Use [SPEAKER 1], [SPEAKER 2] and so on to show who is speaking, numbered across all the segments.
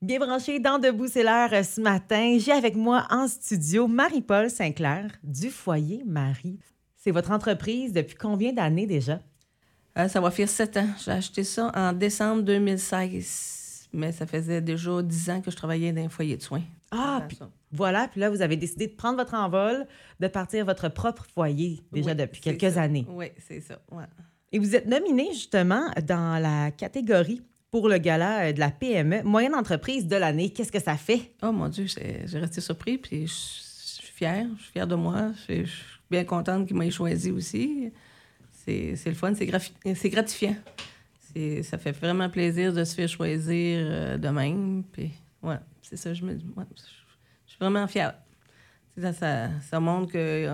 [SPEAKER 1] Bien branché dans Debout, c'est l'heure euh, ce matin. J'ai avec moi en studio Marie-Paul Sinclair du Foyer Marie. C'est votre entreprise depuis combien d'années déjà?
[SPEAKER 2] Euh, ça va faire sept ans. J'ai acheté ça en décembre 2016. Mais ça faisait déjà dix ans que je travaillais dans un foyer de soins.
[SPEAKER 1] Ah,
[SPEAKER 2] Ah,
[SPEAKER 1] puis
[SPEAKER 2] ça.
[SPEAKER 1] voilà, puis là, vous avez décidé de prendre votre envol, de partir votre propre foyer déjà
[SPEAKER 2] Oui,
[SPEAKER 1] depuis
[SPEAKER 2] c'est
[SPEAKER 1] quelques
[SPEAKER 2] ça.
[SPEAKER 1] années.
[SPEAKER 2] Oui, c'est ça. ouais.
[SPEAKER 1] Et vous êtes nominé justement dans la catégorie pour le gala euh, de la PME, moyenne entreprise de l'année. Qu'est-ce que ça fait?
[SPEAKER 2] Oh mon Dieu, c'est- j'ai resté surpris. Puis je je suis fière. Je suis fière de moi. Je je suis bien contente qu'ils m'aient choisi aussi. C'est c'est le fun. C'est grafi- c'est gratifiant. C'est- Ça fait vraiment plaisir de se faire choisir euh, de même. Puis, ouais, c'est ça. Je me dis, ouais, je je suis vraiment fière. Tu sais, Ça, ça, ça montre qu'ils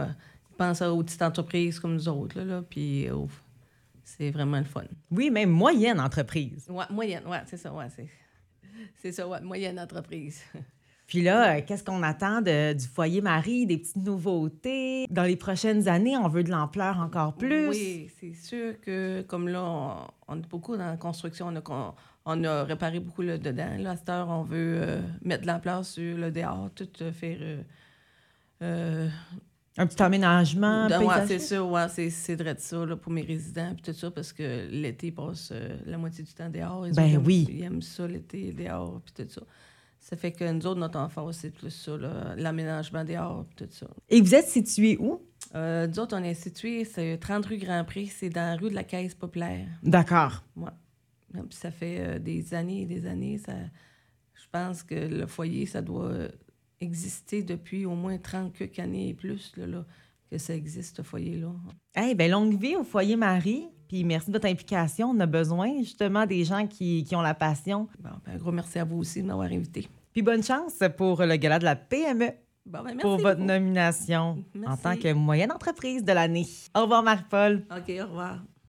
[SPEAKER 2] pensent aux petites entreprises comme nous autres. Là, là, puis, euh, c'est vraiment le fun.
[SPEAKER 1] Oui, même moyenne entreprise.
[SPEAKER 2] Ouais, moyenne, ouais, c'est ça, ouais, c'est. C'est ça, ouais, moyenne entreprise.
[SPEAKER 1] Puis là, euh, qu'est-ce qu'on attend de- du foyer Marie, des petites nouveautés? Dans les prochaines années, on veut de l'ampleur encore plus.
[SPEAKER 2] Oui, c'est sûr que comme là, on, on est beaucoup dans la construction, on a, con- on a réparé beaucoup le dedans. Là, à cette heure, on veut euh, mettre de l'ampleur sur le dehors, tout euh, faire. euh, euh,
[SPEAKER 1] Un petit aménagement.
[SPEAKER 2] dans- Ben ouais,
[SPEAKER 1] paysager.
[SPEAKER 2] c'est sûr, ouais, c'est, c'est vrai de ça là, pour mes résidents, puis tout ça, parce que l'été, ils passent euh, la moitié du temps dehors. Ils
[SPEAKER 1] Ben
[SPEAKER 2] ils aiment-
[SPEAKER 1] oui.
[SPEAKER 2] Ils aiment ça, l'été, dehors, puis tout ça. Ça fait que nous autres, notre enfance, c'est plus ça, là, l'aménagement dehors, puis tout ça.
[SPEAKER 1] Et vous êtes situé où?
[SPEAKER 2] Euh, nous autres, on est situé, c'est 30 rue Grand Prix, c'est dans la rue de la Caisse Populaire.
[SPEAKER 1] D'accord.
[SPEAKER 2] Ouais. Ouais, puis ça fait euh, des années et des années. Ça, je pense que le foyer, ça doit euh, exister depuis au moins 30 quelques années et plus là, là, que ça existe, ce foyer-là.
[SPEAKER 1] Eh bien, longue vie au foyer Marie. Puis merci de votre implication. On a besoin justement des gens qui, qui ont la passion.
[SPEAKER 2] Bon, ben, un gros merci à vous aussi de m'avoir invité.
[SPEAKER 1] Puis bonne chance pour le gala de la PME
[SPEAKER 2] Bon, ben, merci
[SPEAKER 1] pour votre
[SPEAKER 2] beaucoup.
[SPEAKER 1] nomination en
[SPEAKER 2] Merci.
[SPEAKER 1] tant que moyenne entreprise de l'année. Au revoir, Marie-Paul.
[SPEAKER 2] OK, au revoir.